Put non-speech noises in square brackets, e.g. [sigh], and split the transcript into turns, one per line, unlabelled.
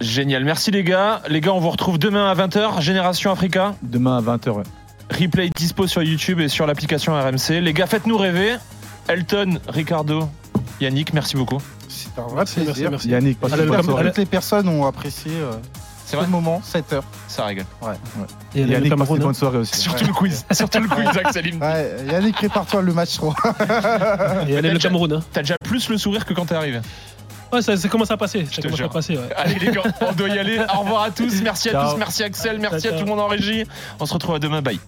Génial, merci les gars. Les gars, on vous retrouve demain à 20h, Génération Africa.
Demain à 20h, ouais.
Replay dispo sur YouTube et sur l'application RMC. Les gars, faites-nous rêver. Elton, Ricardo, Yannick, merci beaucoup.
C'est un vrai plaisir.
Merci. Yannick, passe
À
une
la-
bonne
à la-
soirée.
Toutes les personnes ont apprécié euh,
C'est
ce
vrai,
moment, 7 heures.
ça régale.
Et le
Yannick, passe une
Cameroun,
bonne soirée aussi.
Surtout le quiz, [laughs] surtout le quiz, Zach Salim.
Ouais, euh, Yannick, prépare-toi le match 3.
Et allez, le
Peut-être-
Cameroun. hein.
T'as déjà plus le sourire que quand t'es arrivé.
Ouais, ça, ça commence à passer.
te
Ça commence à
jure.
passer, ouais.
Allez les gars, on doit y aller. Au revoir à tous, merci à
Ciao.
tous, merci Axel, merci à
Ciao,
tout le monde en régie. On se retrouve à demain, bye.